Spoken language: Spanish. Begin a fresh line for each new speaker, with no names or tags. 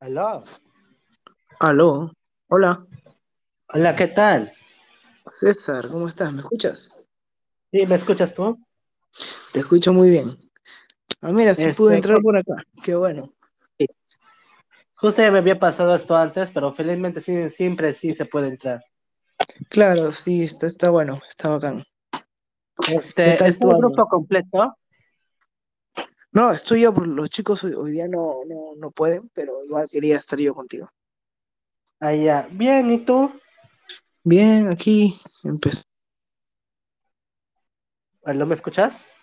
Aló.
Aló, hola,
Hola, ¿qué tal?
César, ¿cómo estás? ¿Me escuchas?
Sí, ¿me escuchas tú?
Te escucho muy bien. Ah, mira, sí pude
Este,
entrar por acá. Qué bueno.
Justo ya me había pasado esto antes, pero felizmente sí, siempre sí se puede entrar.
Claro, sí, está, está bueno, está bacán. ¿Qué
Este,
tal
¿está
tu
el
año?
grupo completo?
No, estoy yo, por- los chicos hoy, hoy día no, no, no pueden, pero igual quería estar yo contigo.
Allá. Ah, Bien, ¿y tú?
Bien, aquí empezó.
¿Aló, me escuchas?